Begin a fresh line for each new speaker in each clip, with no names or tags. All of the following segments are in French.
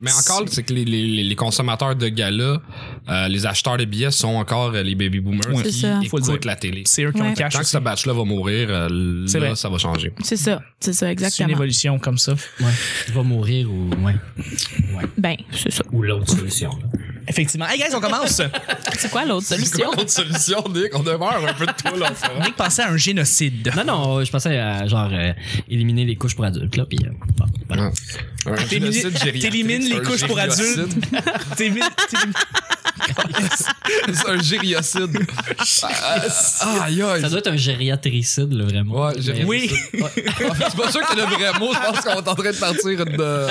Mais encore, c'est que les, les, les consommateurs de gala, euh, les acheteurs de billets sont encore euh, les baby boomers
Ouais.
qui
C'est ça.
écoutent
Faut le dire.
la télé.
C'est eux qui ont le
Ouais.
cash.
Tant que
aussi.
ce batch-là va mourir, euh,
C'est
là,
vrai.
ça va changer.
C'est ça, c'est ça,
C'est une
exactement.
évolution comme ça.
Ouais. Il va mourir ou. Ouais. Ouais.
Ben, c'est ça.
Ou l'autre solution, là.
Effectivement. Hey guys, on commence!
C'est quoi l'autre solution?
notre solution, Nick? On demeure un peu de tout, là.
Nick pensait à un génocide.
Non, non, je pensais à genre euh, éliminer les couches pour adultes, là. Puis. euh, bon, voilà.
T'élimines- T'élimines les couches pour adultes. T'élimines- t'élimines-
C'est un gériocide. Ah, Aïe, aïe.
Ça doit être un gériatricide, là, vraiment.
Ouais, géri-
Oui!
Je suis pas sûr que le vrai mot, je pense qu'on est en train de partir de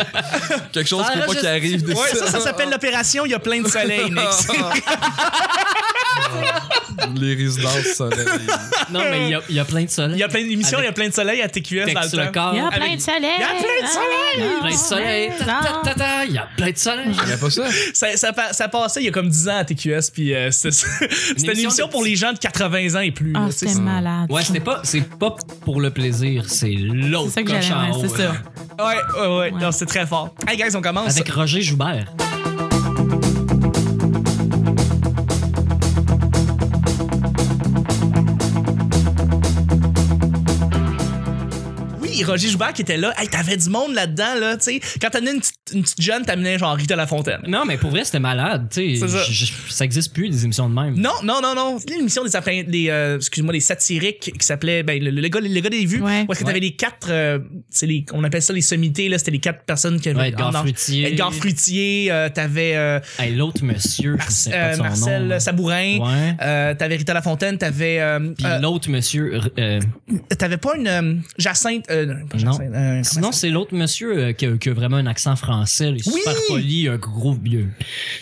quelque chose
Ça
qu'il faut pas
enregistre-
qu'il arrive.
Ouais, ça, ça s'appelle l'opération Il y a plein de soleil, Nick.
Les résidences solaires.
Non, mais il y a- il y, a plein de soleil.
Il y a plein d'émissions, il y
Avec
a plein de soleil à TQS dans
texte sur
le
le
temps.
corps.
Il y a
Avec-
plein de Ah, soleil!
Il y a plein de soleil!
Il y a plein de soleil. Ta, ta, ta, ta. Il y a plein de soleil.
Il y a pas ça?
Ça, ça, pa- ça passait il y a comme 10 ans à TQS, puis euh, c'était c'était une
émission
émission
de-
pour les gens de 80 ans et plus.
Ah,
là, tu sais.
c'était malade.
Ouais,
ça.
c'était pas, c'est pas pour le plaisir, c'est l'autre.
C'est ça que
coche
j'allais,
en
ouais,
haut,
c'est ça.
là.
ouais, ouais, ouais. Non, c'était très fort. Hey guys, on commence.
Avec Roger Joubert.
Oui, Roger Joubert qui était là. Hey, t'avais du monde là-dedans, là, tu sais. Quand t'amenais une petite, une petite jeune, t'amenais genre Rita La Fontaine.
Non, mais pour vrai, c'était malade. tu
C'est
sais.
ça.
Je- je- ça existe plus, des émissions de même.
Non, non, non, non. C'était l'émission des, appré- des euh, excuse-moi, des satiriques qui s'appelait ben, le, le gars, le gars des vues.
Ouais.
Où est-ce que t'avais les quatre, euh, c'est les, on appelle ça les sommités là. C'était les quatre personnes qui
Ouais, Edgar
en or-
Fruitier.
ah, Edgar Fruitier. euh, t'avais euh,
Hey, l'autre monsieur, je sais pas
euh,
de son
Marcel
nom, là.
Sabourin.
Ouais.
Euh, t'avais Rita Lafontaine. T'avais, euh,
Puis
euh,
l'autre monsieur. euh, euh,
t'avais pas une euh, Jacinthe. euh, non, pas
non.
Jacinthe, euh,
Sinon, c'est l'autre monsieur euh, qui, a, qui a vraiment un accent français. Il est
Oui!
super poli, un gros vieux.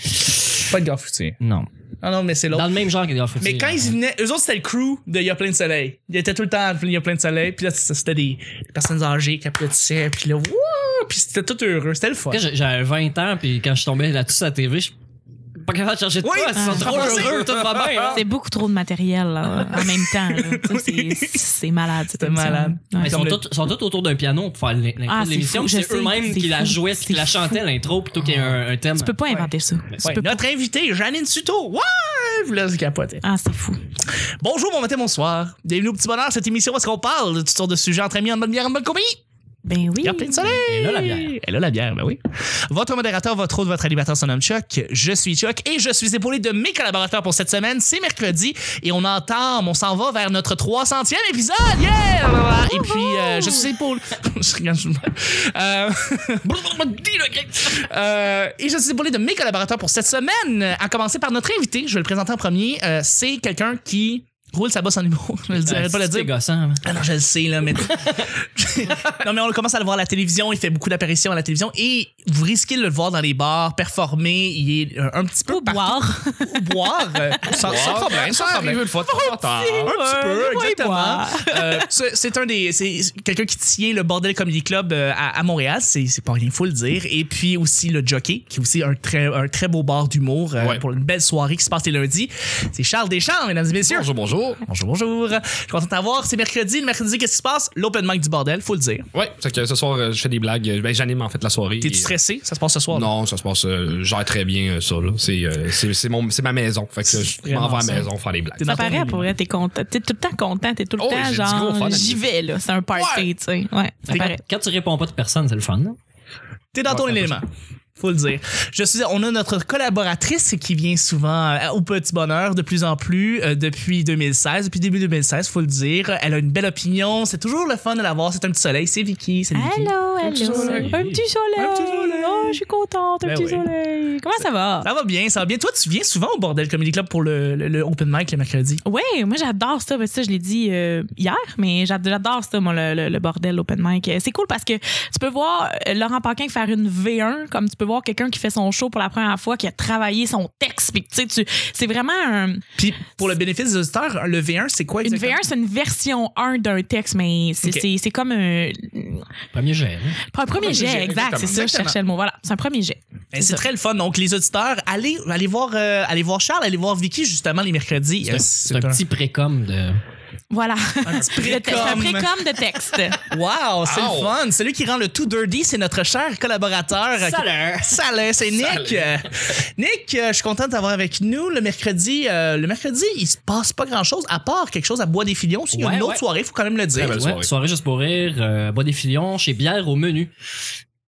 c'est pas Edgar Fruitier.
Non.
Ah non, mais c'est l'autre.
Dans le même genre que Edgar
Mais
Fruitier.
quand ils venaient, eux autres, c'était le crew de Y'a plein de soleil. Ils étaient tout le temps, il y a plein de soleil. Puis là, c- c'était des des personnes âgées qui applaudissaient. Puis là, wouh! Puis c'était tout heureux. C'était le fun.
Quand j'ai- J'avais 20 ans, puis quand je tombais là-dessus à la TV, je pas capable de chercher de
Oui,
quoi. Ils
ah, je
sont trop
pensais.
heureux, tout va bien. hein.
C'est beaucoup trop de matériel là, en même temps. là. Tu sais, c'est- C'est malade. cette
C'était malade.
émission-là.
Mais
Ouais.
Ils sont tous, sont tous autour d'un piano pour faire l'in- l'intro
Ah,
de
c'est
l'émission.
fou,
puis
je
C'est
sais,
eux-mêmes
c'est
qui la
fou,
jouaient,
c'est
qui la
fou.
chantaient l'intro plutôt qu'il y ait un, un thème.
Tu peux pas inventer ça. Tu
Ouais,
peux pas.
notre invitée, Janine Suto. Ouais! Vous là, capoté.
Ah, c'est fou.
Bonjour, bon matin, bonsoir. Bienvenue au petit bonheur. Cette émission, parce qu'on parle de toutes sortes de sujets entre amis, en bonne bière, en bonne compagnie.
Ben oui.
Y'a plein de soleil.
Et là, la bière.
Elle a la bière, ben oui. Votre modérateur, votre autre, votre animateur, son nom Chuck. Je suis Chuck et je suis épaulé de mes collaborateurs pour cette semaine. C'est mercredi et on entame, on s'en va vers notre 300e épisode. Yeah! Et puis, euh, je suis épaulé. je regarde, je- Euh, Euh, et je suis épaulé de mes collaborateurs pour cette semaine. À commencer par notre invité, je vais le présenter en premier. Euh, C'est quelqu'un qui roule sa bosse en humour. Je ne dirais
Euh,
pas le
C'est
dire.
gossant. hein.
Ah non, je le sais, là, mais. non, mais on commence à le voir à la télévision, il fait beaucoup d'apparitions à la télévision et vous risquez de le voir dans les bars, performer, il est euh, un petit peu.
Au
partout.
boire.
Au boire. euh, sans, sans problème, sans problème. Oh,
une fois de temps en temps.
Un petit
Ouais,
peu,
ouais,
exactement.
boire.
Euh, c'est c'est un des. C'est quelqu'un qui tient le Bordel Comedy Club euh, à, à Montréal, c'est c'est pas rien, faut le dire. Et puis aussi le Jockey, qui est aussi un très, un très beau bar d'humour euh,
Ouais.
pour une belle soirée qui se passe les lundis. C'est Charles Deschamps, mesdames et messieurs.
Bonjour, bonjour.
Bonjour, bonjour. Je suis content de t'avoir. C'est mercredi. Le mercredi, qu'est-ce qui se passe? L'open mic du bordel, faut le dire.
Ouais, c'est que ce soir, euh, je fais des blagues. Ben, j'anime en fait la soirée.
T'es-tu
Et-
stressé? Ça se passe ce soir?
Non, ça se passe. euh, je gère très bien euh, ça, là. C'est, euh, c'est, c'est, mon, c'est ma maison. Fait que je m'en
Vraiment
vais à
ça.
la maison faire des blagues.
T'es
Ça
dans ton
paraît
élément.
pour vrai, t'es content. T'es tout le temps content, t'es tout le
Oh, j'ai
temps
du gros fun à
genre,
la
j'y
vie.
vais, là. C'est un party,
Ouais.
tu sais. Ouais, ça
Quand,
paraît.
quand tu réponds pas de personne, c'est le fun. hein. non?
T'es dans ton
Ouais,
élément. Faut le dire. Je suis, on a notre collaboratrice qui vient souvent euh, au petit bonheur de plus en plus euh, depuis 2016, depuis début 2016, faut le dire. Elle a une belle opinion. C'est toujours le fun de la voir. C'est un petit soleil. C'est Vicky. C'est Vicky.
Allô, allô. Un petit
soleil.
soleil.
Un petit soleil.
Oh, je suis contente. Un
Ben
petit
oui.
soleil. Comment ça va?
Ça va bien, ça va bien. Toi, tu viens souvent au Bordel Comedy Club pour le, le- le open mic le mercredi.
Oui, moi j'adore ça. Parce que ça, je l'ai dit euh, hier, mais j'a- j'adore ça, moi, le, le- le bordel, l'open mic. Euh, C'est cool parce que tu peux voir euh, Laurent Paquin faire une V1, comme tu peux voir quelqu'un qui fait son show pour la première fois, qui a travaillé son texte. Puis, tu sais, tu- c'est vraiment un.
Puis, pour le bénéfice des auditeurs, le V1, c'est quoi
Une
exactement?
V1, c'est une version 1 d'un texte, mais c'est
Ok.
c'est- c'est comme un,
Premier jet. hein.
un premier jet, exact. C'est ça, je
Exactement.
cherchais le mot. Voilà, c'est un premier jet.
Ben, c'est
ça.
très le fun. Donc, les auditeurs, allez, allez, voir, euh, allez voir Charles, allez voir Vicky, justement, les mercredis. Euh,
C'est un, petit précom de.
Voilà.
Un petit
De texte, un
précom.
précom de texte.
Wow, c'est
Ow.
le fun. Celui qui rend le tout dirty, c'est notre cher collaborateur.
Salut!
Salut, c'est Nick.
Salut.
Euh, Nick, euh, je suis content de t'avoir avec nous le mercredi. euh, le mercredi, il se passe pas grand-chose à part quelque chose à Bois des Filions. S'il y a
Ouais,
une autre
ouais.
soirée, faut quand même le dire.
Très belle
Ouais,
soirée.
juste pour rire, euh, bois des filions, chez bière au menu.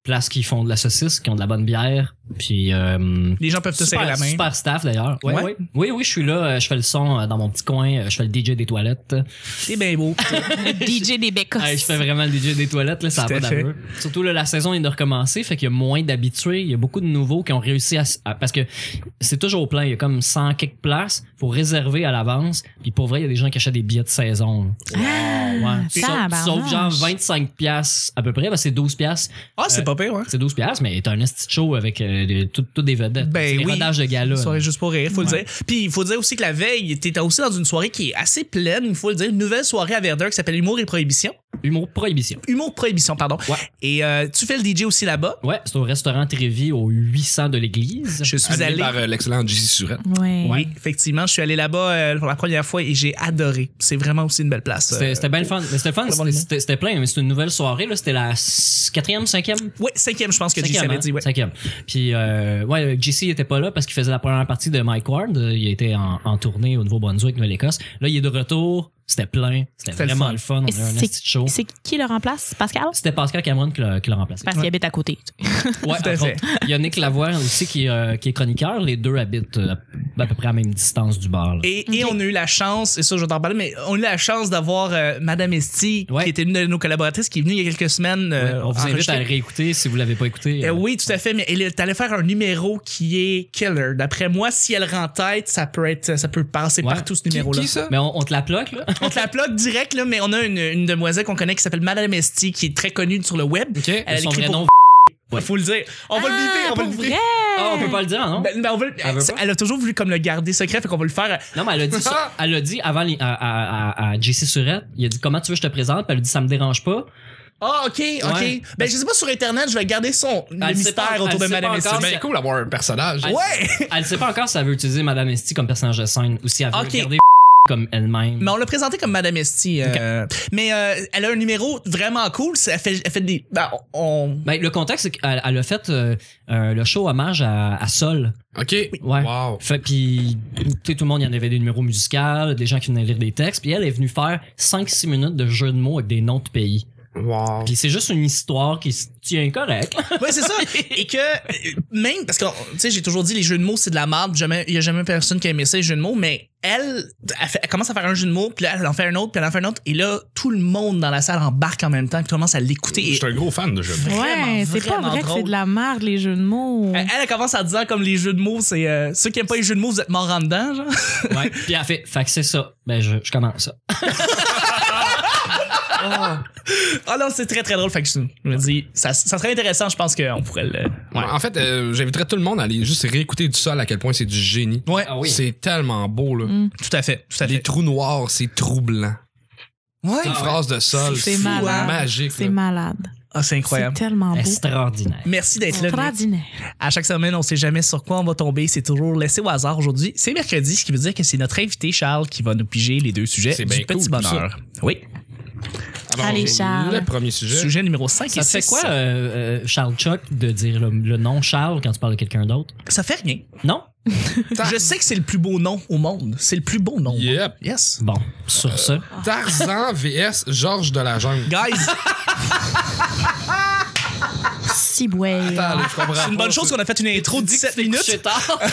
Place qui font de la saucisse, qui ont de la bonne bière. Puis euh,
Les gens peuvent te serrer
super,
la main.
super staff d'ailleurs. Ouais,
Ouais.
ouais. Oui, oui, je suis là, euh, je fais le son euh, dans mon petit coin, euh, je fais le DJ des toilettes.
C'est bien beau.
Le DJ des Bécos.
Hey, je fais vraiment le DJ des toilettes, là, ça a
Tout à
pas
fait.
d'allure. Surtout là, la saison vient de recommencer, fait qu'il y a moins d'habitués, il y a beaucoup de nouveaux qui ont réussi à, s- à- parce que c'est toujours plein, il y a comme 100 quelques places, faut réserver à l'avance, puis pour vrai, il y a des gens qui achètent des billets de saison. là.
Ah,
Ouais. Sauf-
Ah, tabarnak.
Sauf genre 25 pièces à peu près, ben c'est 12 pièces.
Ah, c'est
Euh,
pas pire, hein?
C'est 12 pièces, mais t'as un esti de show avec euh, des- tout- toutes des vedettes.
Ben
C'est des
oui.
rodages de gala.
Une soirée
là. euh,
juste pour rire, faut le
Ouais.
dire. Puis il faut dire aussi que la veille, t'étais aussi dans une soirée qui est assez pleine, il faut le dire. Une nouvelle soirée à Verdun qui s'appelle Humour et Prohibition.
Humour prohibition.
Humour Prohibition, pardon.
Ouais.
Et euh, tu fais le DJ aussi là-bas.
Ouais, c'est au restaurant Trévi au 800 de l'église.
Je suis
Animé
allé.
par euh, l'excellent JC Surette.
Ouais.
Oui, effectivement, je suis allé là-bas euh, pour la première fois et j'ai adoré. C'est vraiment aussi une belle place. euh.
C'était c'était bien le fun. Mais C'était fun,
pour avoir les
c'était c'était plein, mais c'était une nouvelle soirée. là. C'était la s- quatrième, cinquième?
Oui, cinquième, je pense que JC
Cinquième,
avait
hein?
dit. Ouais.
Cinquième. Puis, euh, ouais, JC il était pas là parce qu'il faisait la première partie de Mike Ward. Euh, Il était en, en tournée au Nouveau-Brunswick, Nouvelle-Écosse. Là, il est de retour. C'était plein. C'était
C'était le
vraiment
fun.
le fun. On
Et
avait un
c'est-
esti de show.
C'est qui le remplace? Pascal?
C'était Pascal Cameron qui l'a qui l'a remplacé.
Parce qu'il habite à côté.
Ouais,
Tout à
entre
fait.
autres. Il y a Nick Lavoie aussi qui, est, euh, qui est chroniqueur. Les deux habitent euh, à peu près à la même distance du bar. là.
Et, et
Ok.
on a eu la chance, et ça je vais t'en parler, mais on a eu la chance d'avoir euh, Madame Esti,
Ouais.
qui était une de nos collaboratrices, qui est venue il y a quelques semaines.
Ouais,
euh,
on vous invite
enregistrer.
à le réécouter si vous l'avez pas écouté.
Euh,
Euh,
oui, tout à fait, mais elle est allée faire un numéro qui est killer. D'après moi, si elle rentre tête, ça peut être, ça peut passer
Ouais.
partout ce
Qui,
numéro-là.
qui ça?
Mais on, on te la plaque, là.
On te la plaque direct, là, mais on a une, une demoiselle qu'on connaît qui s'appelle Madame Esti, qui est très connue sur le web.
Ok.
Elle
Son
écrit
vrai
pour-
nom. Ouais.
Faut le dire. On va le
Ah,
biper, on va le biper.
Ah, on peut pas le dire, non?
Ben, ben, on veut-
Elle veut
elle,
pas?
a toujours voulu comme le garder secret, fait qu'on va le faire.
Non, mais elle a dit ça. Elle a dit avant les- à, à, à, à JC Surette, il a dit comment tu veux que je te présente, puis elle a dit ça me dérange pas.
Ah, ok, ok.
Ouais.
Ben, je sais pas sur Internet, je vais garder son le
Elle sait
mystère
pas-
autour
elle
de
sait
Madame
pas
Esti. Ben,
encore.
C'est bien cool d'avoir un personnage.
Elle-
Ouais!
Elle sait pas encore si elle veut utiliser Madame Esti comme personnage de scène ou si elle veut
Ok.
regarder comme elle-même.
Mais on l'a présenté comme Madame Esti. euh, Mais euh, elle a un numéro vraiment cool. c'est- Elle fait, elle fait des. Ben, on.
Ben, le contexte, c'est qu'elle elle a fait euh, euh, le show hommage à, à Sol.
OK.
Ouais.
Wow.
Fait puis tu sais, tout le monde il y en avait des numéros musicaux, des gens qui venaient lire des textes, puis elle est venue faire 5 6 minutes de jeu de mots avec des noms de pays.
Wow.
Puis c'est juste une histoire qui se tient correcte.
Ouais, c'est ça. Et que, euh, même, parce que, tu sais, j'ai toujours dit les jeux de mots, c'est de la merde. Jamais, il y a jamais personne qui a aimé ça, les jeux de mots. Mais elle, elle, fait- elle commence à faire un jeu de mots, puis là, elle en fait un autre, puis elle en fait un autre. Et là, tout le monde dans la salle embarque en même temps, puis tout le monde commence à l'écouter.
Je
Et
suis un gros fan de jeu.
Ouais,
vraiment,
c'est pas
vraiment
vrai que c'est
drôle. Eh,
de la merde, les jeux de mots.
Elle, elle commence à dire comme les jeux de mots, c'est euh, ceux qui aiment pas les jeux de mots, vous êtes morts en dedans, genre.
Ouais. Puis elle fait fait que c'est ça. Ben je, je commence ça.
Ah non, c'est très très drôle. Fait que je je me dis, ça, ça serait intéressant, je pense qu'on pourrait le.
Ouais. En fait, euh, j'inviterais tout le monde à aller juste réécouter du sol à quel point c'est du génie.
Ouais,
Ah oui.
C'est tellement beau, là.
tout à fait, Mm. tout à
Les
fait. Ah
trous noirs, c'est troublant.
Ouais.
Une phrase de sol.
C'est
fou,
malade.
Magique.
C'est
là.
malade.
Ah, c'est
C'est
incroyable.
tellement beau.
Extraordinaire.
Merci d'être là. Nick.
Extraordinaire.
À chaque semaine, on sait jamais sur quoi on va tomber. C'est toujours laissé au hasard aujourd'hui. C'est mercredi, ce qui veut dire que c'est notre invité Charles qui va nous piger les deux sujets
C'est
du
bien cool,
petit bonheur. Oui.
Avant,
Allez, Charles.
Le premier sujet.
Sujet numéro 5
Ça
et
te fait
six.
quoi, euh, euh, Charles Chuck, de dire le, le nom Charles quand tu parles de quelqu'un d'autre?
Ça fait rien.
Non?
Je sais que c'est le plus beau nom au monde. C'est le plus beau nom.
Yep.
Yes.
Bon, sur ça.
Tarzan vs Georges de la Jungle.
Guys,
Ciboué.
Attends, là, je comprends
c'est une
pas,
bonne chose
Ah, c'est-
qu'on a fait une intro de 17 minutes.
tard.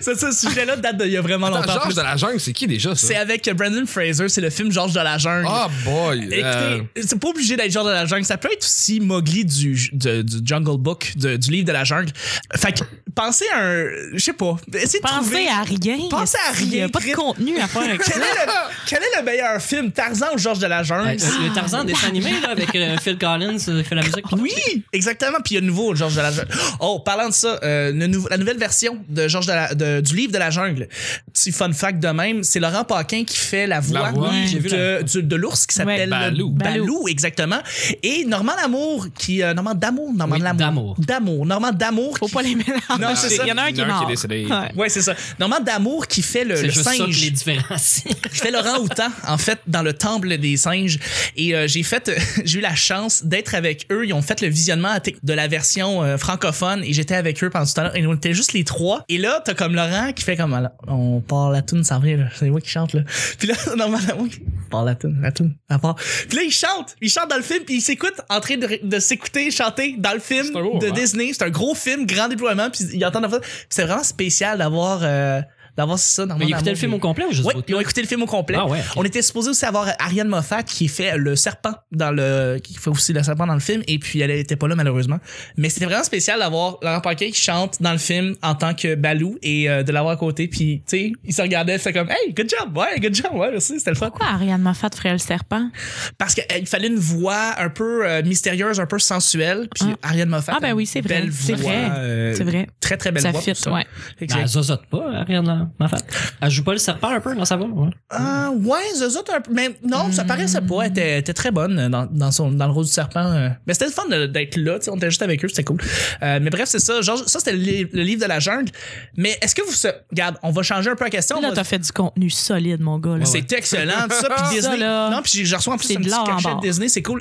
Ça, ça, ce sujet-là date d'il y a vraiment
Attends,
longtemps.
Georges de la Jungle, c'est qui déjà, ça?
C'est avec Brandon Fraser, c'est le film Georges de la Jungle.
Ah, boy.
Écoutez,
euh,
c'est pas obligé d'être Georges de la Jungle. Ça peut être aussi Mowgli du, de- du Jungle Book, de- du livre de la jungle. Fait que, pensez à un. Je sais pas. Essayez de
Pensez
trouver.
à rien.
Pensez à
Il y a
rien,
pas de
Chris.
contenu à faire avec ça.
Quel est, le, quel est le meilleur film, Tarzan ou Georges de la Jungle?
le Tarzan dessin animé là, avec euh, Phil Collins euh, qui fait la musique.
Oui, Oh, exactement. Puis il y a le nouveau Georges de la Jungle. Oh, parlant de ça, euh, le nou- la nouvelle version de Georges de la, la- de- du livre de la jungle. Petit fun fact de même, c'est Laurent Paquin qui fait la voix,
voix,
oui,
j'ai vu
de, du- de l'ours qui s'appelle
Ouais.
Balou.
Balou.
Balou,
exactement. Et Normand Lamour, qui. euh, Normand Damour, Normand
Oui,
Lamour.
Damour.
Damour. Normand Damour.
Faut
qui-
pas les mélanger.
Non, c'est ça.
Il y en a un qui
ah, Il y en a un qui
est
est
mort.
décédé.
Ouais.
Ouais, c'est ça. Normand Damour qui fait le,
C'est
le
juste ça que je les
singe.
différencie.
Qui fait Laurent Houtan, en fait, dans le temple des singes. Et euh, j'ai fait, j'ai eu la chance d'être avec eux. Ils ont fait le visionnement à tic- de la version euh, francophone et j'étais avec eux pendant tout à l'heure. Et on était juste les trois. Et là, t'as comme Laurent qui fait comme, Alors, on part la tune, ça revient, là. C'est moi qui chante, là. Puis là, normalement, on part la tune, la tune, à part. Puis là, il chante, il chante dans le film, puis il s'écoute en train de, de s'écouter chanter dans le film
C'est un gros
de
moment.
Disney. C'est un gros film, grand déploiement, puis il entend la voix. Puis C'est vraiment spécial d'avoir, euh, d'avoir ça.
Mais
normalement
ils écoutaient le film au complet ou juste
Ouais,
votre-
ils ont écouté le film au complet.
Ah ouais, ok.
On était supposé aussi avoir Ariane Moffat qui fait le serpent dans le qui fait aussi le serpent dans le film et puis elle était pas là malheureusement. Mais c'était vraiment spécial d'avoir Laurent Paquet qui chante dans le film en tant que Balou et euh, de l'avoir à côté puis tu sais, il se regardait, c'était comme hey, good job. Ouais, good job. Ouais, merci, c'était le fun.
Pourquoi Ariane Moffat ferait le serpent?
Parce qu'il fallait une voix un peu euh, mystérieuse, un peu sensuelle puis Ariane Moffat.
Ah, ben oui, c'est vrai.
Belle
C'est
voix,
vrai.
euh,
C'est vrai.
Très très belle
Ça
voix.
fit,
tout ça.
ouais.
Fait que
Ben,
j'ai-
elle zozote pas, Ariane, ma femme. Elle joue pas le serpent un peu dans sa voix, ouais.
Ah, ouais, Zaza, t'as un peu. Mais non, ça paraissait pas. Elle était, elle était très bonne euh, dans, dans, son, dans le rôle du serpent. euh. Mais c'était le fun de- d'être là. tu sais, On était juste avec eux, c'était cool. Euh, mais bref, c'est ça. Genre, ça, c'était le, li- le livre de la jungle. Mais est-ce que vous. se- Regarde, on va changer un peu la question.
Puis là,
On va-
t'as fait du contenu solide, mon gars. Là.
C'est excellent, tout ça. Puis Disney.
là,
non, puis j'ai- je reçois en plus
c'est
une
de l'or
petite
en
cachette
barre.
Disney, c'est cool.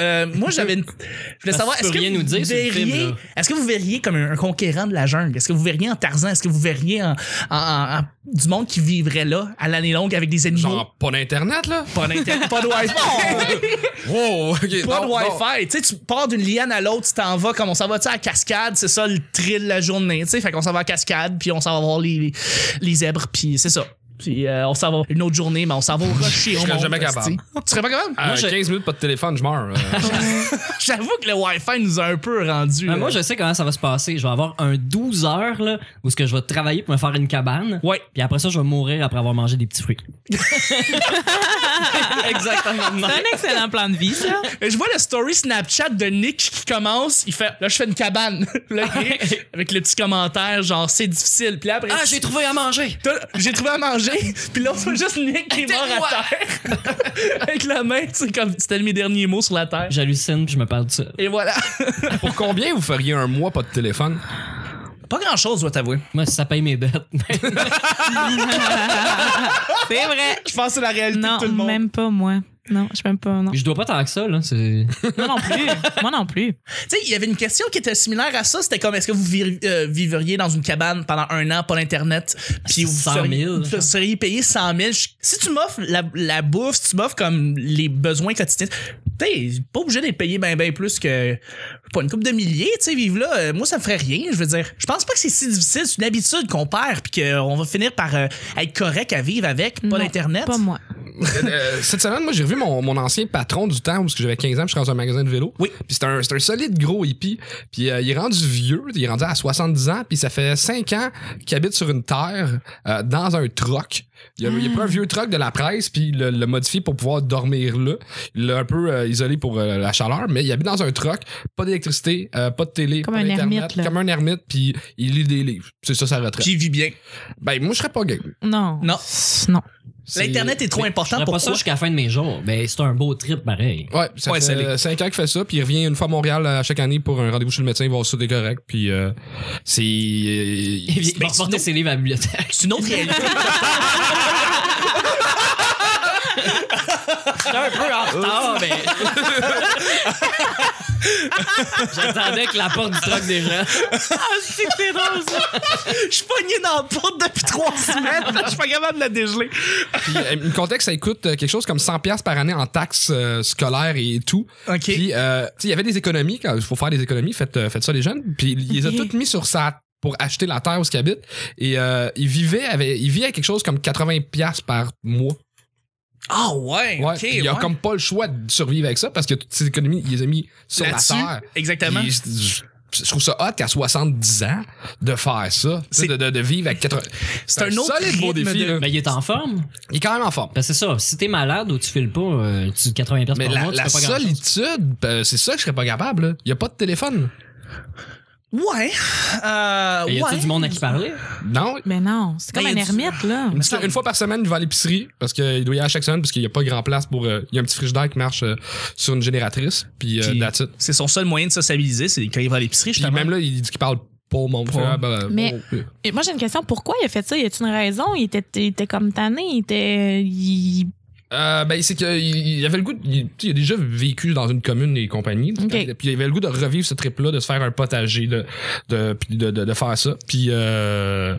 Euh, moi, j'avais une... Je voulais
Parce
savoir,
que tu
est-ce
peux
que,
rien nous dire sur le
verriez...
film, là.
est-ce que vous verriez comme un, un conquérant de la jungle? Est-ce que vous verriez en Tarzan? Est-ce que vous verriez en, en- en- en- du monde qui vivrait là, à l'année longue, avec des animaux?
Genre, pas d'internet, là?
Pas d'internet, pas de Wi-Fi.
Wow, ok.
pas de
non, non.
Wi-Fi. Tu sais, tu pars d'une liane à l'autre, tu t'en vas comme on s'en va tu sais, à la cascade, c'est ça le thrill de la journée. Tu sais, fait qu'on s'en va à la cascade, puis on s'en va voir les, les, les zèbres, puis c'est ça. Puis euh, on s'en va une autre journée, mais on s'en va au rocher. on
serais
monte,
jamais capable.
asti. Tu serais pas capable?
Euh,
Moi, je-
15 minutes, pas de téléphone, je meurs. euh.
J'avoue que le Wi-Fi nous a un peu rendu.
Ben,
euh,
moi, je sais comment ça va se passer. Je vais avoir un 12 heures, là, où ce que je vais travailler pour me faire une cabane.
Ouais,
Puis après ça, je vais mourir après avoir mangé des petits fruits.
exactement.
C'est un excellent plan de vie, ça.
Et je vois le story Snapchat de Nick qui commence, il fait là je fais une cabane Là, il- avec le petit commentaire genre c'est difficile. Puis là, après
Ah, j'ai trouvé à manger!
T'as- J'ai trouvé à manger, puis là, on voit juste Nick qui est mort à terre. Avec la main, c'est comme c'était mes derniers mots sur la terre.
J'hallucine, puis je me parle de ça.
Et voilà.
Pour combien vous feriez un mois, pas de téléphone?
Pas grand chose, je dois t'avouer.
Moi, si ça paye mes Ben, bêtes.
C'est vrai.
Je pense que c'est la réalité
Non,
de tout le monde.
même pas moi. Non, je même pas. Non,
je dois pas tant que ça, là. C'est...
moi non plus. Moi non plus.
Tu sais, il y avait une question qui était similaire à ça. C'était comme est-ce que vous vir- euh, vivriez dans une cabane pendant un an, pas l'internet, puis vous
100 000,
seriez, vous
genre.
seriez payé 100 000. Je- Si tu m'offres la, la bouffe, si tu m'offres comme les besoins quotidiens, t'es pas obligé d'être payé ben ben plus que pas une coupe de milliers, tu sais, vivre là. euh, moi, ça me ferait rien. Je veux dire, je pense pas que c'est si difficile. C'est une habitude qu'on perd, puis qu'on va finir par euh, être correct à vivre avec, pas
Non,
l'internet.
Pas moi.
Euh, cette semaine, moi, j'ai revu mon, mon ancien patron du temps, parce que j'avais 15 ans, puis je suis dans un magasin de vélo.
Oui.
Puis c'est un, c'est un solide gros hippie. Puis euh, il est rendu vieux, il est rendu à 70 ans, puis ça fait 5 ans qu'il habite sur une terre, euh, dans un troc. Il a, il a pris un vieux troc de la presse, puis il l'a- l'a modifié pour pouvoir dormir là. Il l'a un peu euh, isolé pour euh, la chaleur, mais il habite dans un troc, pas d'électricité, euh, pas de télé,
Comme
pas
un
d'internet,
ermite, là.
comme un ermite, puis il lit des livres. C'est ça sa retraite.
Puis il vit bien.
Ben, moi, je serais pas gay.
Non.
Non.
Non.
C'est-
L'internet est trop
Je
important
ferais
pour
pas ça jusqu'à la fin de mes jours. Ben, c'est un beau trip, pareil.
Ouais, ça
Ouais, ça l'est.
fait 5 ans qu'il fait ça, puis il revient une fois à Montréal à chaque année pour un rendez-vous chez le médecin, il va voir si tout est correct, puis euh, c'est...
Il
euh,
va
sinon-
porter ses livres à la bibliothèque.
C'est une autre réalité.
J'étais un peu en retard, mais... J'attendais que la porte du truck des gens...
Ah, c'est que c'est drôle, ça.
Je suis pogné dans la porte depuis trois semaines. Je suis pas capable de la dégeler.
Puis, euh, le contexte, ça coûte euh, quelque chose comme 100 pièces par année en taxes euh, scolaires et tout.
OK.
Puis, euh, tu sais, il y avait des économies, il faut faire des économies, faites, euh, faites ça les jeunes. Puis, il les a
Ok.
toutes mis sur sa pour acheter la terre où il habite. Et euh, il vivait avec, il vivait avec quelque chose comme 80 pièces par mois.
Ah ouais,
Ouais.
ok.
Puis il a
ouais.
comme pas le choix de survivre avec ça parce que toutes ces économies, il les a mis sur la
Là-dessus,
terre.
Exactement.
Puis, je, je- je trouve ça hot qu'à 70 ans de faire ça, tu
C'est-
sais, de, de, de vivre avec 80.
C'est un autre
solide beau
rythme
défi.
de-
là.
Ben, il est en forme.
Il est quand même en forme.
Ben, c'est ça. Si t'es malade ou tu files pas, euh, tu 80 piastres
Mais
par
la,
mois, tu
la
fais pas grand-chose.
solitude, ben, c'est ça que je serais pas capable. là. Il y a pas de téléphone.
Ouais. Euh,
Et y a-tu
ouais.
du monde à qui parler?
Non,
Mais non, c'est comme
Ben,
un
y a du-
ermite, là.
me
Parce que Une fois par semaine, il va à l'épicerie parce qu'il doit y aller à chaque semaine parce qu'il n'y a pas grand place pour. euh, il y a un petit frigidaire qui marche euh, sur une génératrice. Puis, euh,
Puis-
that's it.
C'est son seul moyen de sociabiliser, c'est quand il va à l'épicerie,
Puis
justement.
même là, il dit qu'il parle pas au monde.
Pas.
Fait, ah, bah, bah,
Mais-
bon, euh,
Et moi, j'ai une question. Pourquoi il a fait ça? Y a-t-il une raison? Il était, il était comme tanné. Il était. il-
Euh, ben, c'est qu'il il avait le goût. de- il, tu sais, il a déjà vécu dans une commune et compagnie.
Ok.
Puis il avait le goût de revivre ce trip-là, de se faire un potager, de, de, puis de, de, de faire ça. Puis euh,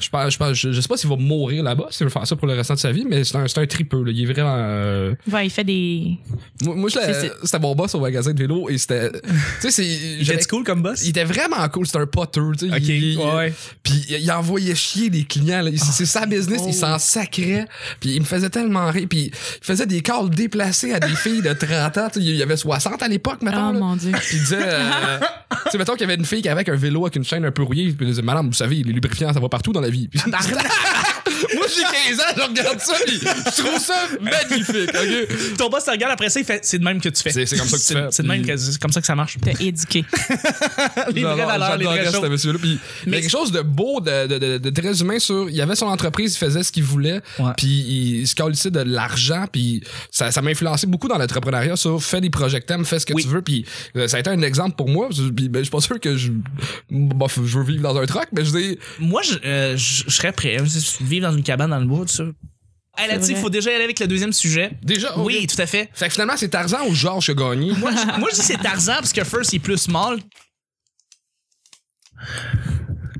je, pense, je, pense, je, je sais pas s'il va mourir là-bas, s'il veut faire ça pour le restant de sa vie, mais c'est un, c'est un tripeux. Là. Il est vraiment. euh,
Ouais, il fait des.
Moi, moi je l'ai-
C'est- c'est-
c'était mon boss au magasin de vélo et c'était. Tu sais, c'est.
Il
j'avais-
était cool comme boss?
il était vraiment cool, c'était un poteux, tu sais.
Ok,
il-
ouais, ouais.
Puis il il envoyait chier des clients. là. Il- C'est sa business,
oh.
il s'en sacrait. Puis il me faisait tellement rire. Puis il faisait des calls déplacés à des filles de 30 ans. tu sais, Il y avait 60 à l'époque, maintenant.
Oh mon Dieu.
Puis il disait, euh, tu sais, mettons qu'il y avait une fille qui avait un vélo avec une chaîne un peu rouillée. Puis il disait, Madame, vous savez, les lubrifiants, ça va partout dans la vie. Puis j'étais, Moi, j'ai 15 ans, je regarde ça, puis je trouve ça magnifique, ok?
Ton boss te regarde après ça, il fait c'est de même que tu fais.
C'est- c'est comme ça que tu fais.
C'est de même
Puis-
que c'est comme ça que ça marche.
T'as éduqué.
les vraies
J'adore-
valeurs, les vraies
j'adorais ce
choses.
monsieur-là. Puis, il y
Mais-
a quelque chose de beau, de, de, de- de très humain sur. Il avait son entreprise, il faisait ce qu'il voulait,
Ouais.
puis il se calissait de l'argent, puis ça, ça m'a influencé beaucoup dans l'entrepreneuriat sur fais des projets que t'aimes, fais ce que
Oui.
tu veux, puis euh, ça a été un exemple pour moi. Puis, ben, je suis pas sûr que je, bon, je veux vivre dans un truck, mais je dis.
Moi, je, euh, je, je serais prêt. Vivre dans une cabane dans le bois, tu sais. Hey, là-dessus,
C'est
il
vrai.
faut déjà y aller avec le deuxième sujet.
Déjà,
Oui,
ok.
tout à fait.
Fait que finalement, c'est Tarzan ou Georges qui a gagné.
Moi, je, moi, je dis c'est Tarzan parce que First, il est plus small.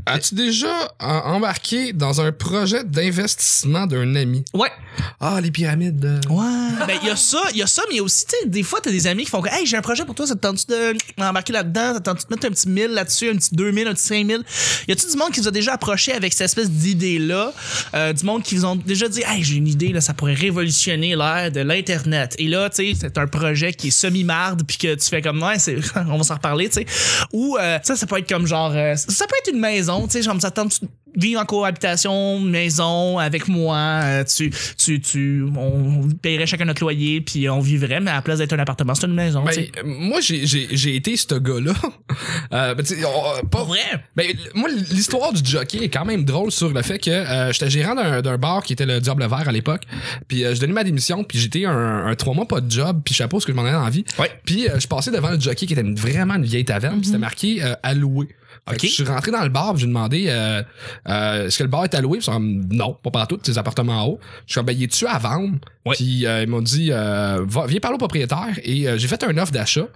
As-tu déjà euh, embarqué dans un projet d'investissement d'un ami?
Ouais.
Ah, les pyramides. euh.
Ouais. Ben, il y a ça, il y a ça, mais aussi, tu sais, des fois, t'as des amis qui font que, hey, j'ai un projet pour toi, ça te tente-tu de m'embarquer là-dedans? Ça te tente-tu de mettre un petit 1000 là-dessus, un petit 2000, un petit 5000? Y a-tu du monde qui vous a déjà approché avec cette espèce d'idée-là? Euh, du monde qui vous ont déjà dit, hey, j'ai une idée, là, ça pourrait révolutionner l'ère de l'Internet. Et là, tu sais, c'est un projet qui est semi-marde, puis que tu fais comme, ouais, c'est, on va s'en reparler, tu sais. Ou, euh, ça, ça peut être comme genre, euh, ça peut être une maison, tu sais, genre, ça te tente-tu de vivre en cohabitation, maison, avec moi, euh, tu, tu, tu, on paierait chacun notre loyer, puis on vivrait, mais à la place d'être un appartement, c'est une maison,
Ben,
tu sais.
euh, moi, j'ai- j'ai j'ai été ce gars-là. Euh, ben, tu sais, on- pas
Pas vrai!
Ben, l- moi, l'histoire du jockey est quand même drôle sur le fait que euh, j'étais gérant d'un d'un bar qui était le Diable Vert à l'époque. Puis euh, je donnais ma démission, puis j'étais un, un trois mois pas de job, puis chapeau, ce que je m'en avais envie.
Ouais.
Puis euh, je passais devant le jockey qui était une- vraiment une vieille taverne, puis c'était marqué euh, alloué. Fait
Ok.
que Je suis rentré dans le bar, puis j'ai demandé euh, euh, est-ce que le bar est alloué? Puis ils sont comme, non, pas partout, tes appartements en haut. Je suis comme ben, il est-tu à vendre?
Ouais.
Puis euh, ils m'ont dit euh, va- viens parler au propriétaire et euh, j'ai fait un offre d'achat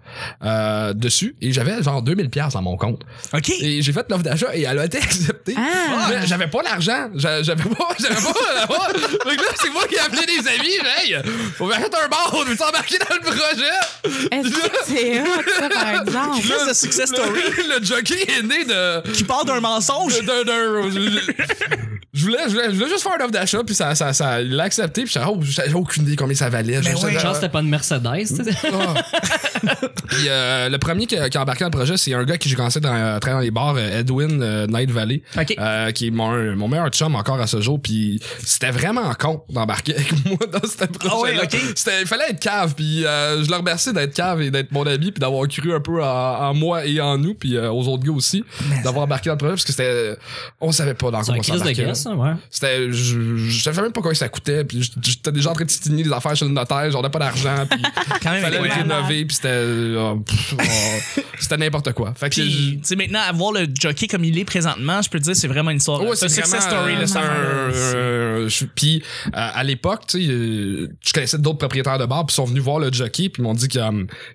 euh, dessus et j'avais genre 2000 pièces dans mon compte.
OK!
Et j'ai fait l'offre d'achat et elle a été acceptée.
Ah.
Mais J'avais pas l'argent. J'a- J'avais pas. J'avais pas. j'avais pas. Fait que là, c'est moi qui ai appelé des amis. J'ai dit, Hey, on va acheter un bar, on veut s'embarquer dans le projet.
Est-ce que c'est hot, ça, par exemple?
Plus de success story
Le, le jockey est né de.
qui part d'un mensonge.
de- de- de- je- Je voulais, je, voulais, je voulais juste faire une offre d'achat, puis ça, ça, ça, il l'a accepté, puis j'étais, oh, j'avais aucune idée combien ça valait. J'avais-
ouais.
j'avais-
Euh,
Genre, c'était pas une Mercedes, tu sais.
Ah. Puis, euh, le premier qui, qui a embarqué dans le projet, c'est un gars qui j'ai commencé dans, à travailler dans les bars, euh, Edwin euh, Night Valley,
Ok.
euh, qui est mon, mon meilleur chum encore à ce jour. Puis c'était vraiment con d'embarquer avec moi dans ce projet.
ouais, ok.
Il fallait être cave. Puis euh, je le remercie d'être cave et d'être mon ami, puis d'avoir cru un peu en, en moi et en nous, puis euh, aux autres gars aussi, d'avoir embarqué dans le projet, parce que c'était, on savait pas dans
C'est
quoi
un
on
crise de
s'embarquait.
caisse, ça, ouais.
C'était. Je, je savais même pas combien ça coûtait. Puis j- j'étais déjà en train de signer des affaires chez le notaire. J'en ai pas d'argent. Puis
Quand même,
fallait
ouais.
le rénover. Puis c'était. euh, pff, oh, c'était n'importe quoi. Fait que.
Puis, tu sais, maintenant, à voir le jockey comme il est présentement, je peux te dire, c'est vraiment une histoire.
je- Oh, ouais,
Oh, c'est une success
vraiment,
story,
euh,
là,
c'est
ça.
un- euh, je- Puis euh, à l'époque, tu sais, euh, je connaissais d'autres propriétaires de bars, puis ils sont venus voir le jockey, puis ils m'ont dit que euh,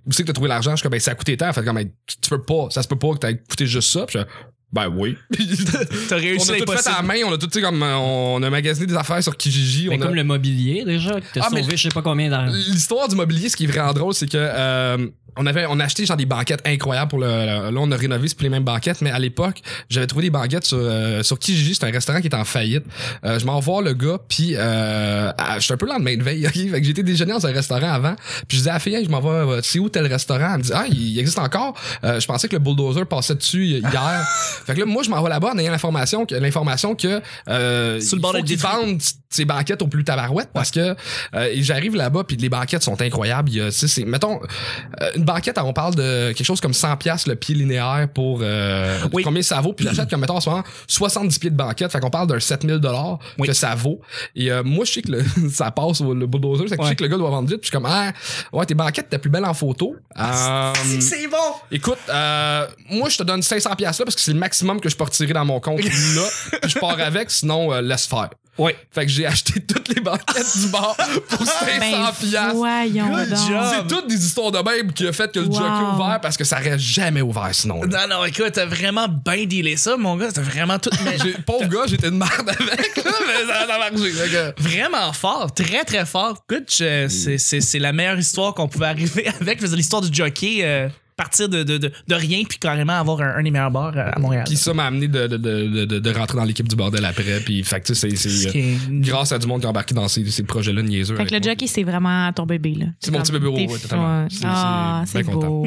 où c'est que t'as trouvé l'argent. Je suis comme ben ça a coûté tant. Fait que comme ben, tu tu peux pas, ça se peut pas que t'as coûté juste ça. Puis je, ben oui.
T'as
on
réussi
a tout fait à la
l'impossible.
main. On a tout tu sais, comme euh, on a magasiné des affaires sur Kijiji. on
Mais
a...
Ben, comme le mobilier, déjà, que t'as
Ah, mais-
sauvé je sais pas combien d'argent.
L'histoire du mobilier, ce qui est vraiment drôle, c'est que euh, on avait on a acheté genre des banquettes incroyables pour le, le- là on a rénové c'est plus les mêmes banquettes, mais à l'époque j'avais trouvé des banquettes sur euh, sur Kijiji, c'est un restaurant qui est en faillite. Euh, je m'en vois le gars, puis euh, ah, je suis un peu le lendemain de veille, ok? fait que j'étais déjeuné dans un restaurant avant, puis je disais à la fille, Hey, je m'en vais, euh, c'est où tel restaurant Elle me dit ah il existe encore. Euh, je pensais que le bulldozer passait dessus hi- hier. Fait que là, moi, je m'en vais là-bas en ayant l'information que, l'information que, euh,
Sur le
il
bord
faut
d'être
qu'ils
détruit.
vendent ces banquettes au plus tabarouette parce que, euh, et j'arrive là-bas puis les banquettes sont incroyables. Il y a, tu sais, c'est, mettons, euh, une banquette, on parle de quelque chose comme 100 pièces le pied linéaire pour, euh,
Oui.
combien ça vaut puis j'achète comme, mettons, en ce moment, 70 pieds de banquette. Fait qu'on parle d'un 7000 dollars
Oui.
que ça vaut. Et, euh, moi, je sais que le- ça passe au le bulldozer. Fait que je
Ouais.
sais que le gars doit vendre vite puis je suis comme, ah, ouais, tes banquettes, t'es plus belle en photo. Euh,
Ah, C'est bon!
Écoute, euh, moi je te donne 500 pièces là parce que c'est le maximum que je peux retirer dans mon compte là. Puis je pars avec, sinon euh, laisse faire.
Ouais.
Fait que j'ai acheté toutes les banquettes du bar pour 500
Ben,
pièces.
voyons
Good
donc.
job.
C'est toutes des histoires de même qui a fait que le
Wow.
jockey a ouvert parce que ça aurait jamais ouvert sinon. là.
Non, non, écoute, t'as vraiment bien dealé ça, mon gars. T'as vraiment tout. mais
J'ai- Pauvre gars, j'étais une merde avec, là, mais ça a marché. fait que-
Vraiment fort, très très fort. Écoute, je- c'est- c'est c'est la meilleure histoire qu'on pouvait arriver avec. Je veux dire, l'histoire du jockey, euh, partir de, de, de, de rien puis carrément avoir un, un des meilleurs bars euh, à Montréal.
Puis ça m'a amené de, de, de, de, de rentrer dans l'équipe du bordel après. Puis fait que tu sais, c'est-
Ce
c'est.
qui
euh,
est-
Grâce à du monde qui a embarqué dans ces, ces projets-là niaiseux.
Fait que le
avec moi.
jockey, c'est vraiment ton bébé, là.
C'est mon petit
comme-
bébé, ouais,
t'es-
ouais, totalement.
ouais.
C'est- c'est
Ah,
bien
c'est
content.
beau.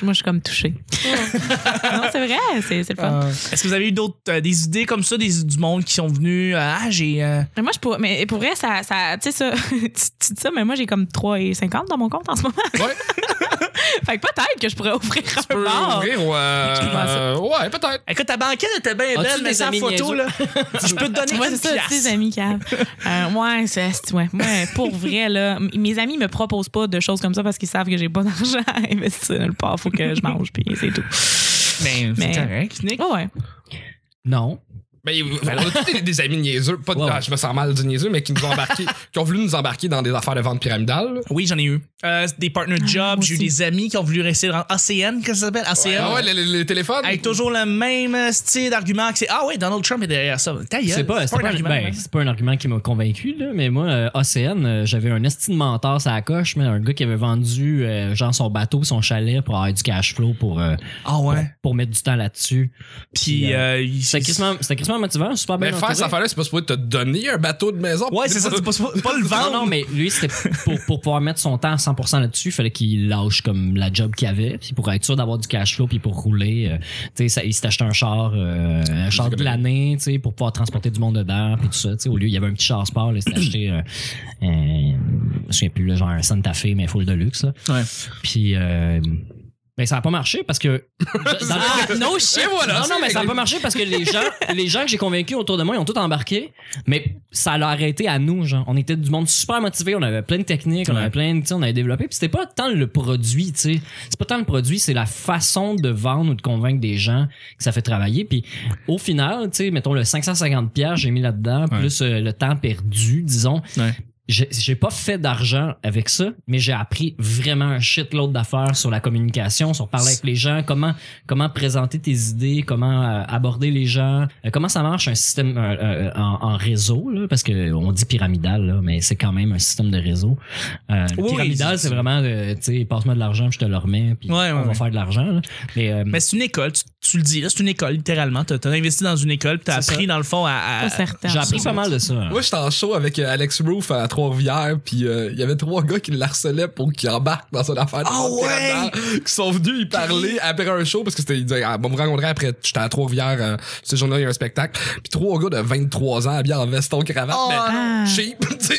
Moi, je suis comme touchée. non, c'est vrai, c'est c'est le
Ah.
fun.
Euh, Est-ce que vous avez eu d'autres euh, des idées comme ça, des, du monde qui sont venus euh, Ah, j'ai. euh,
Mais moi, je pourrais, mais pour vrai, ça, ça tu sais, ça, tu, tu dis ça, mais moi, j'ai comme 3,50 dans mon compte en ce moment.
Ouais.
fait que peut-être que je pourrais ouvrir
Tu
un
peux
bar.
ouvrir ou, euh,
Excuse-moi,
ouais, peut-être.
Écoute, ta banquette était bien
As-tu
belle, mais
des
sans
amis
photo,
niaiseux?
là. je peux te donner
Ouais,
une
c'est ça, tu sais, les
pièce.
amis, Cap. Euh, ouais, c'est c'est- ouais. Moi, pour vrai, là, m- mes amis me proposent pas de choses comme ça parce qu'ils savent que j'ai pas d'argent à investir dans le port. Faut que je mange, puis c'est tout.
Mais Ben, c'est
Mais-
correct, Nick.
Ouais, ouais.
Non.
Mais Ben, on a tous des, des amis niaiseux, pas de-
Ben Ouais.
ah, je me sens mal du niaiseux, mais qui nous ont embarqué, qui ont voulu nous embarquer dans des affaires de vente pyramidale.
Oui, j'en ai eu. Euh, des partner jobs,
Ah, moi
j'ai eu
aussi.
des amis qui ont voulu rester dans ACN, qu'est-ce que ça s'appelle ACN.
Ah ouais, le, le- le téléphone.
Avec toujours le même euh, style d'argument que c'est Ah oui, Donald Trump est derrière ça. Ta gueule,
C'est pas, c'est pas un argument, ben, c'est pas un argument qui m'a convaincu, là, mais moi, euh, ACN, euh, j'avais un esti de menteur à la coche, mais un gars qui avait vendu euh, genre son bateau, son chalet pour avoir du cash flow pour, euh,
Ah ouais.
pour mettre du temps là-dessus.
Puis, euh, il-
C'était crissement c'était crissement motivant, super bien
mais Ben, faire
entouré.
cette affaire-là, c'est pas supposé te donner un bateau de maison.
Ouais, c'est ça, c'est pas, c'est pas- pas le
Non,
vendre.
non, mais lui, c'était pour, pour pouvoir mettre son temps à 100% là-dessus, il fallait qu'il lâche comme la job qu'il avait, puis pour être sûr d'avoir du cash flow, puis pour rouler. euh, tu sais, ça- il s'est acheté un char, euh, un char de l'année, tu sais, pour pouvoir transporter du monde dedans, puis tout ça. Tu sais, au lieu, il y avait un petit char sport, là, il s'est acheté, euh, euh, je me souviens plus, là, genre un Santa Fe, mais full de luxe, là.
Ouais.
Puis, euh, mais ça n'a pas marché parce que. dans-
no shit!
Et voilà.
Ah, non, non,
c'est
mais ça n'a
réglé.
pas marché parce que les gens, les gens que j'ai convaincus autour de moi, ils ont tout embarqué, mais ça l'a arrêté à nous, genre. On était du monde super motivé, on avait plein de techniques, on
Ouais.
avait plein de, tu sais, on avait développé, puis c'était pas tant le produit, tu sais. C'est pas tant le produit, c'est la façon de vendre ou de convaincre des gens que ça fait travailler, puis au final, tu sais, mettons le 550 pièces j'ai mis là-dedans,
Ouais.
plus euh, le temps perdu, disons.
Ouais.
J'ai j'ai pas fait d'argent avec ça, mais j'ai appris vraiment un shitload d'affaires sur la communication, sur parler avec les gens, comment comment présenter tes idées, comment euh, aborder les gens, euh, comment ça marche un système euh, euh, en, en réseau, là, parce que on dit pyramidal, là, mais c'est quand même un système de réseau. Euh,
Oui,
pyramidal,
c'est-
c'est vraiment, euh, tu sais, passe-moi de l'argent, puis je te le remets, puis
Ouais, ouais,
on va
ouais.
faire de l'argent. là. Mais, euh,
Mais c'est une école, tu, tu le dis, là, c'est une école, littéralement. T'as as investi dans une école, puis t'as
C'est
appris,
ça.
dans le fond, à. à-
Euh,
Pas certain.
j'ai appris pas mal de ça. hein.
Moi, j'étais en show avec euh, Alex Roof à Trois-Rivières, puis euh, il y avait trois gars qui le harcelaient pour qu'il embarque dans son affaire. de
Ah
rentrer
ouais!
là-dedans, Qui sont venus y parler après un show, parce que c'était, ils disaient, ah, bon, vous rencontrer après, j'étais à Trois-Rivières, euh, ce jour-là, il y a un spectacle. Puis trois gars de 23 ans, habillés en veston, cravate,
Oh,
mais
Ah.
cheap. tu sais.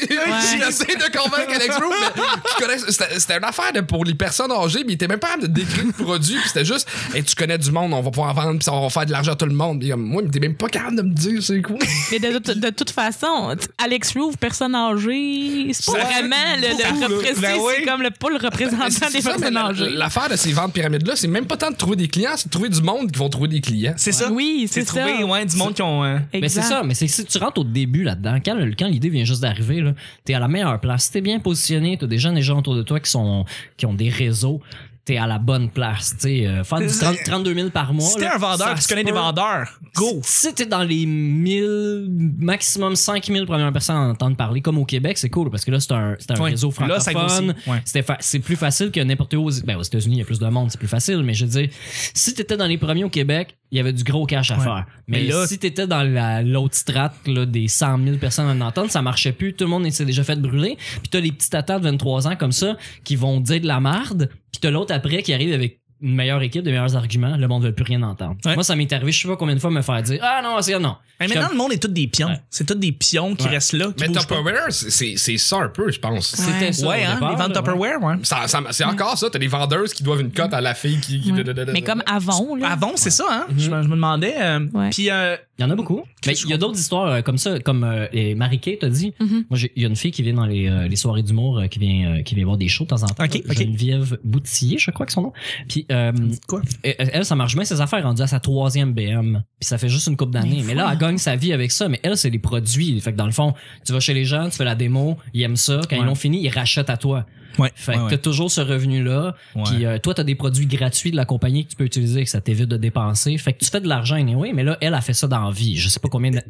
J'essaie de convaincre Alex Roof, mais tu connais, c'était, c'était une affaire de- pour les personnes âgées, mais il était même pas capable de décrire le produit, puis c'était juste, hey, tu connais du monde, on va pouvoir en vendre, puis ça, on va faire de l'argent à tout le monde. Puis, comme, moi, mais t'es même pas capable de me dire c'est quoi.
Mais de, toute- de toute façon, t- Alex Roof, personne âgée, c'est pas
Ça-
vraiment le,
Beaucoup,
le
là.
représentant,
Ben oui.
c'est comme le, pas le
Mais
représentant
c'est-
des
c'est ça, mais
personnes
la-
âgées.
L'affaires de ces ventes pyramides-là, c'est même pas tant de trouver des clients, c'est de trouver du monde qui vont trouver des clients.
C'est ça.
Oui,
C'est
c'est ça.
trouvé, ouais, du monde qui ont. euh,
Mais c'est
Exact.
ça, mais c'est si tu rentres au début là-dedans, quand, le- quand l'idée vient juste d'arriver, là, t'es à la meilleure place. Si t'es bien positionné, t'as des gens, des gens autour de toi qui sont qui ont des réseaux, t'es à la bonne place. T'sais, euh, faire du 30 32 000 par mois.
Si t'es
là,
un vendeur,
ça
tu
se
connais des
peut.
vendeurs. Go!
Si t'es dans les 1000, maximum 5000 premières personnes à entendre parler, comme au Québec, c'est cool parce que là, c'est un, c'est un
Ouais.
réseau
Là, ça
francophone.
grossit. Ouais.
C'était fa- c'est plus facile que n'importe où. aux- Ben, aux États-Unis, il y a plus de monde, c'est plus facile. Mais je veux dire, si t'étais dans les premiers au Québec, il y avait du gros cash à
Ouais.
faire. Mais,
Mais là-
si t'étais dans la- l'autre strate là, des 100 000 personnes à en entendre, ça marchait plus. Tout le monde s'est déjà fait brûler. Puis t'as les petits tatas de 23 ans comme ça qui vont dire de la marde. Puis t'as l'autre après qui arrive avec une meilleure équipe, des meilleurs arguments, le monde ne veut plus rien entendre.
Ouais.
Moi, ça m'est arrivé, je sais pas combien de fois me faire dire Ah non, c'est non.
Mais
Je
maintenant,
suis
le monde est tous des pions.
Ouais.
C'est tous des pions qui
Ouais.
restent là. Qui
Mais
bougent pas.
Tupperware, c'est- c'est c'est ça un peu, je pense.
comme- C'était
Ouais.
ça.
Ouais,
au
hein,
départ,
les
là,
ventes
ouais.
Tupperware, ouais.
Ça- ça- c'est encore ça, t'as des vendeuses qui doivent une cote à la fille qui. qui-
Ouais.
dadadadada.
Mais comme avant, là.
Avant, c'est ça, hein?
Mhm.
je, me- je me demandais. euh,
Ouais.
Puis, euh,
Il y en a beaucoup. Mais
Qu'est-ce
il y a d'autres histoires euh, comme ça, comme euh, et Marie Kay t'a dit.
Mhm.
Moi, j'ai- il y a une fille qui vient dans les, euh, les soirées d'humour, euh, qui vient euh, qui vient voir des shows de temps en temps.
Ok, ok.
Geneviève Boutillier, je crois que son nom. Puis euh,
quoi?
elle, elle, ça marche bien ses affaires rendues à sa troisième BM. Puis ça fait juste une coupe d'années.
Mais
Mais, là, elle gagne sa vie avec ça. Mais elle, c'est les produits. Fait que dans le fond, tu vas chez les gens, tu fais la démo, ils aiment ça. Quand ils
Ouais.
l'ont fini, ils rachètent à toi.
Ouais.
Fait
ouais,
que t'as
ouais.
toujours ce revenu-là. Puis euh, toi, t'as des produits gratuits de la compagnie que tu peux utiliser, que ça t'évite de dépenser. Fait que tu fais de l'argent anyway, mais là, elle a fait ça dans la vie. Je sais pas combien de...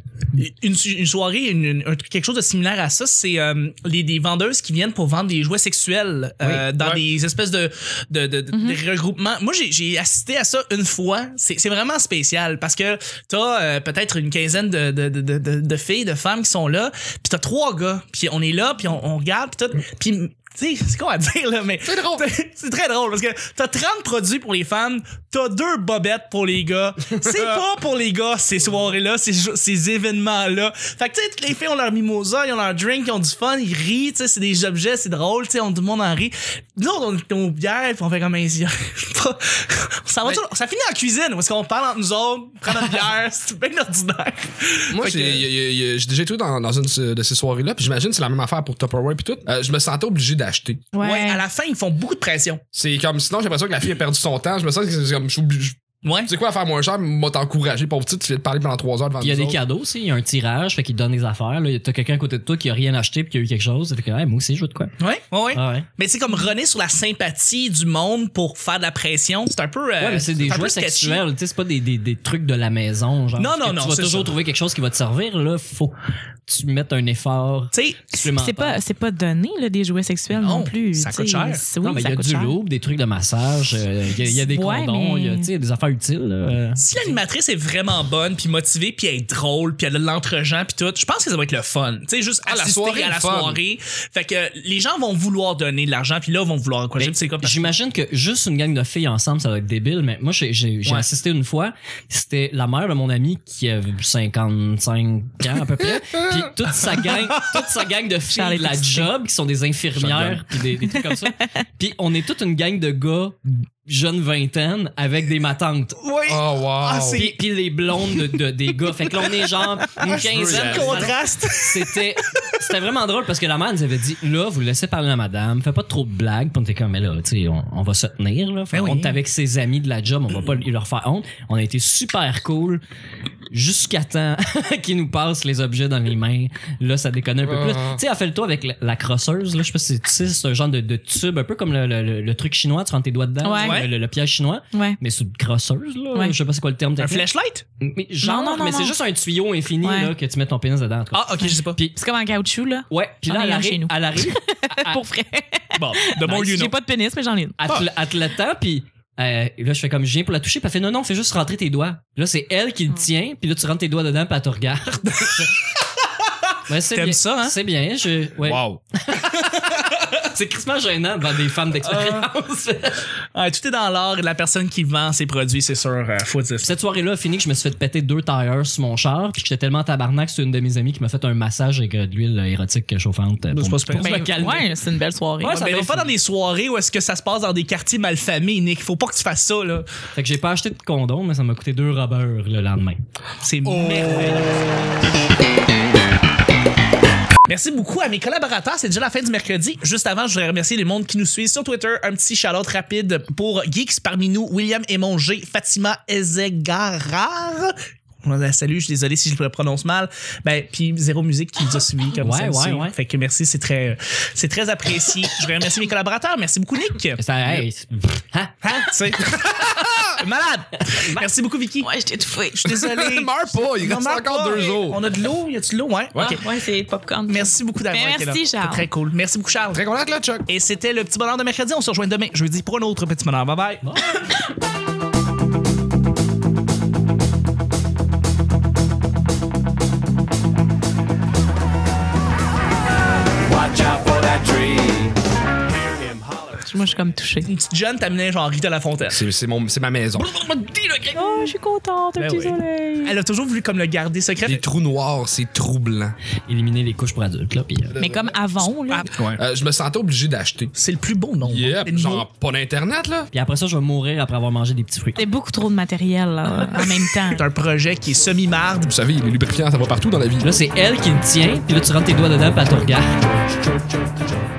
Une, une soirée, une- une- un truc- quelque chose de similaire à ça, c'est euh, les, des vendeuses qui viennent pour vendre des jouets sexuels euh, dans
ouais.
des espèces de, de, de, de-
Mm-hmm.
de regroupements. Moi, j'ai- j'ai assisté à ça une fois. C'est c'est vraiment spécial parce que t'as euh, peut-être une quinzaine de, de, de, de- de, de filles, de femmes qui sont là, puis t'as trois gars, puis on est là, puis on, on regarde, puis tout. Puis, tu sais, c'est quoi à dire, là, mais...
C'est drôle.
C'est très drôle parce que t'as 30 produits pour les femmes, t'as deux bobettes pour les gars. C'est pas pour les gars ces soirées-là, ces, jo- ces événements-là. Fait que tu sais, toutes les filles ont leur mimosa, ils ont leur drink, ils ont du fun, ils rient, tu sais, c'est des objets, c'est drôle, tu sais, on- tout le monde en rit. Nous autres, on est aux bières, puis on fait comme un ça, va toujours- ça finit en cuisine, parce qu'on parle entre nous autres, on prend notre bière, c'est bien ordinaire.
Moi,
Fait
j'ai
que-
y a- y a- y a- j'ai déjà été dans, dans une de ces soirées-là, puis j'imagine que c'est la même affaire pour Tupperware puis tout. Euh, je me sentais obligé d'acheter.
Ouais.
Ouais, à la fin, ils font beaucoup de pression.
C'est comme sinon, j'ai l'impression que la fille a perdu son temps. Je me sens que c'est comme. je suis obligé-
Ouais.
Tu sais quoi, à faire moins cher, m'a t'encouragé, pauvre petit, tu viens de parler pendant trois heures devant
Il y a
nous
des
autres.
cadeaux aussi, il y a un tirage, fait qu'ils te donnent des affaires. Là, t'as quelqu'un à côté de toi qui a rien acheté puis qui a eu quelque chose. Fait que, hey, moi aussi, je veux de quoi.
Ouais, ouais, ouais.
Ah ouais.
Mais c'est comme René sur la sympathie du monde pour faire de la pression. C'est un peu. euh,
Ouais, mais c'est des
un peu
jouets
sketchy.
sexuels, tu sais, c'est pas des, des, des trucs de la maison. Genre,
Non,
parce
non,
que
non,
Tu vas
c'est
toujours
ça.
trouver quelque chose qui va te servir, là. Faut que tu mettes un effort
Tu sais,
supplémentaire.
C'est pas, c'est pas donné, là, des jouets sexuels
Non,
non, plus.
ça coûte
tu sais.
cher.
C'est- Oui,
non, mais il
ça
y a
coûte
du
cher.
loup, des trucs de massage, euh, il y, a- il y a des
Ouais,
condoms, il y a
mais-
tu sais, des affaires utiles. là. Euh,
si l'animatrice est vraiment bonne, puis motivée, puis elle est drôle, puis elle a de l'entre-gens, puis tout, je pense que ça va être le fun. Tu sais, juste
Ah, la
assister
soirée
à
est
la
fun.
soirée. Fait que les gens vont vouloir donner de l'argent, puis là, vont vouloir quoi.
Ben,
c'est comme.
J'imagine que juste une gang de filles ensemble, ça doit être débile, mais moi, j'ai j'ai- j'ai
Ouais.
assisté une fois. C'était la mère de mon ami qui avait 55 ans à peu près. puis toute sa gang, toute sa gang de filles
Charlie
de la
Dixon.
job, qui sont des infirmières, puis des, des trucs comme ça. Puis on est toute une gang de gars jeunes vingtaine avec des matantes.
Oui!
Oh, wow.
Ah, c'est-
Puis, puis les blondes de, de- des gars. Fait que là, on est genre une
Ah,
quinzaine.
le
contraste!
C'était c'était vraiment drôle parce que la mère nous avait dit là vous laissez parler à madame fais pas trop de blagues puis on était comme mais là tu sais on, on va se tenir là Fait
Ben
qu'on
oui.
est avec ses amis de la job on va pas leur faire honte on a été super cool jusqu'à temps qu'ils nous passent les objets dans les mains là ça déconne un peu plus tu
Ah.
sais elle fait le tour avec la, la crosseuse là je sais pas si tu sais c'est un genre de, de tube un peu comme le, le- le- le truc chinois tu rentres tes doigts dedans
Ouais.
là, le, le piège chinois
Ouais.
mais c'est une crosseuse là
Ouais.
je sais pas c'est quoi le terme
Un
technique.
flashlight?
mais genre
Non, non, non,
mais c'est
non.
juste un tuyau infini
Ouais.
là que tu mets ton pénis dedans en tout cas.
Ah, ok, je sais pas.
Puis
C'est comme en caoutchouc, là.
Ouais, puis
J'en
là,
ai
elle
un
arrive,
chez nous.
elle arrive,
Pour vrai.
Bon, de mon lieu, non.
J'ai pas de pénis, mais j'en ai une.
elle te- elle te l'attend, puis euh, là, je fais comme, je viens pour la toucher, puis elle fait, non, non, fais juste rentrer tes doigts. Là, c'est elle qui le tient, puis là, tu rentres tes doigts dedans, puis elle te regarde. Ouais, c'est
T'aimes
bien.
ça, hein?
C'est bien, je... ouais.
Wow.
C'est crissement gênant devant des femmes d'expérience.
Ah, tout est dans l'art de la personne qui vend ses produits, c'est sûr. euh, faut dire ça.
Cette soirée-là a fini que je me suis fait péter deux tires sur mon char, puis que j'étais tellement tabarnak, c'est une de mes amies qui m'a fait un massage avec euh, de l'huile érotique chauffante. euh,
Ben, c'est
pour-
pas super.
pour me
Ben,
calmer.
ouais, c'est une belle soirée.
Ouais,
Ouais,
ça
mais
m'a
pas
fait-
dans des soirées où est-ce que ça se passe dans des quartiers malfamés, Nick. Faut pas que tu fasses ça, là.
Fait que j'ai pas acheté de condom, mais ça m'a coûté deux robbers le lendemain.
C'est
Oh.
merveilleux. Merci beaucoup à mes collaborateurs. C'est déjà la fin du mercredi. Juste avant, je voudrais remercier les mondes qui nous suivent sur Twitter. Un petit shout-out rapide pour Geeks parmi nous, William Émonger, Fatima Ezegarar. On la salue, je suis désolé si je le prononce mal. Ben, puis Zéro Musique qui nous a suivis comme
Ouais,
ça.
ouais,
aussi.
ouais.
Fait que merci, c'est très, euh, c'est très apprécié. Je voudrais remercier mes collaborateurs. Merci beaucoup, Nick.
Ça, hey, c'est- Hein?
Hein? C'est- Malade! Merci beaucoup, Vicky.
ben, Ouais, j'étais étouffée.
Je suis désolé.
Meurs pas, il
Non,
reste
Marc,
encore
ouais.
deux jours.
On a de l'eau, y a-tu de l'eau, ouais?
Ouais.
Ok.
Ah, Ouais, c'est popcorn.
Merci beaucoup d'avoir
Ben,
été là.
merci, Charles.
C'est Très cool. Merci beaucoup, Charles.
Très content, là, Chuck.
Et c'était le petit bonheur de mercredi. On se rejoint demain, jeudi, pour un autre petit bonheur. Bye bye.
Watch out for that tree. Hear him holler.
Moi, je suis comme touchée.
Une petite jeune t'amenait genre Rita La Fontaine.
C'est c'est mon- c'est ma maison.
Oh, je suis contente, un
Ben
petit
oui.
soleil.
Elle a toujours voulu comme le garder secret.
Les trous noirs, c'est troublant.
Éliminer les couches pour adultes, là, puis... euh,
Mais comme avant, là.
Euh, je me sentais obligé d'acheter.
Ah, C'est le plus beau nom.
Yep,
Le nom.
genre pas d'internet là.
Puis après ça, je vais mourir après avoir mangé des petits fruits.
C'est beaucoup trop de matériel là, en même temps.
C'est un projet qui est semi-marde.
Vous savez, les lubrifiants, ça va partout dans la vie.
Là, c'est elle qui le tient, puis là, tu rentres tes doigts dedans, puis elle te regarde.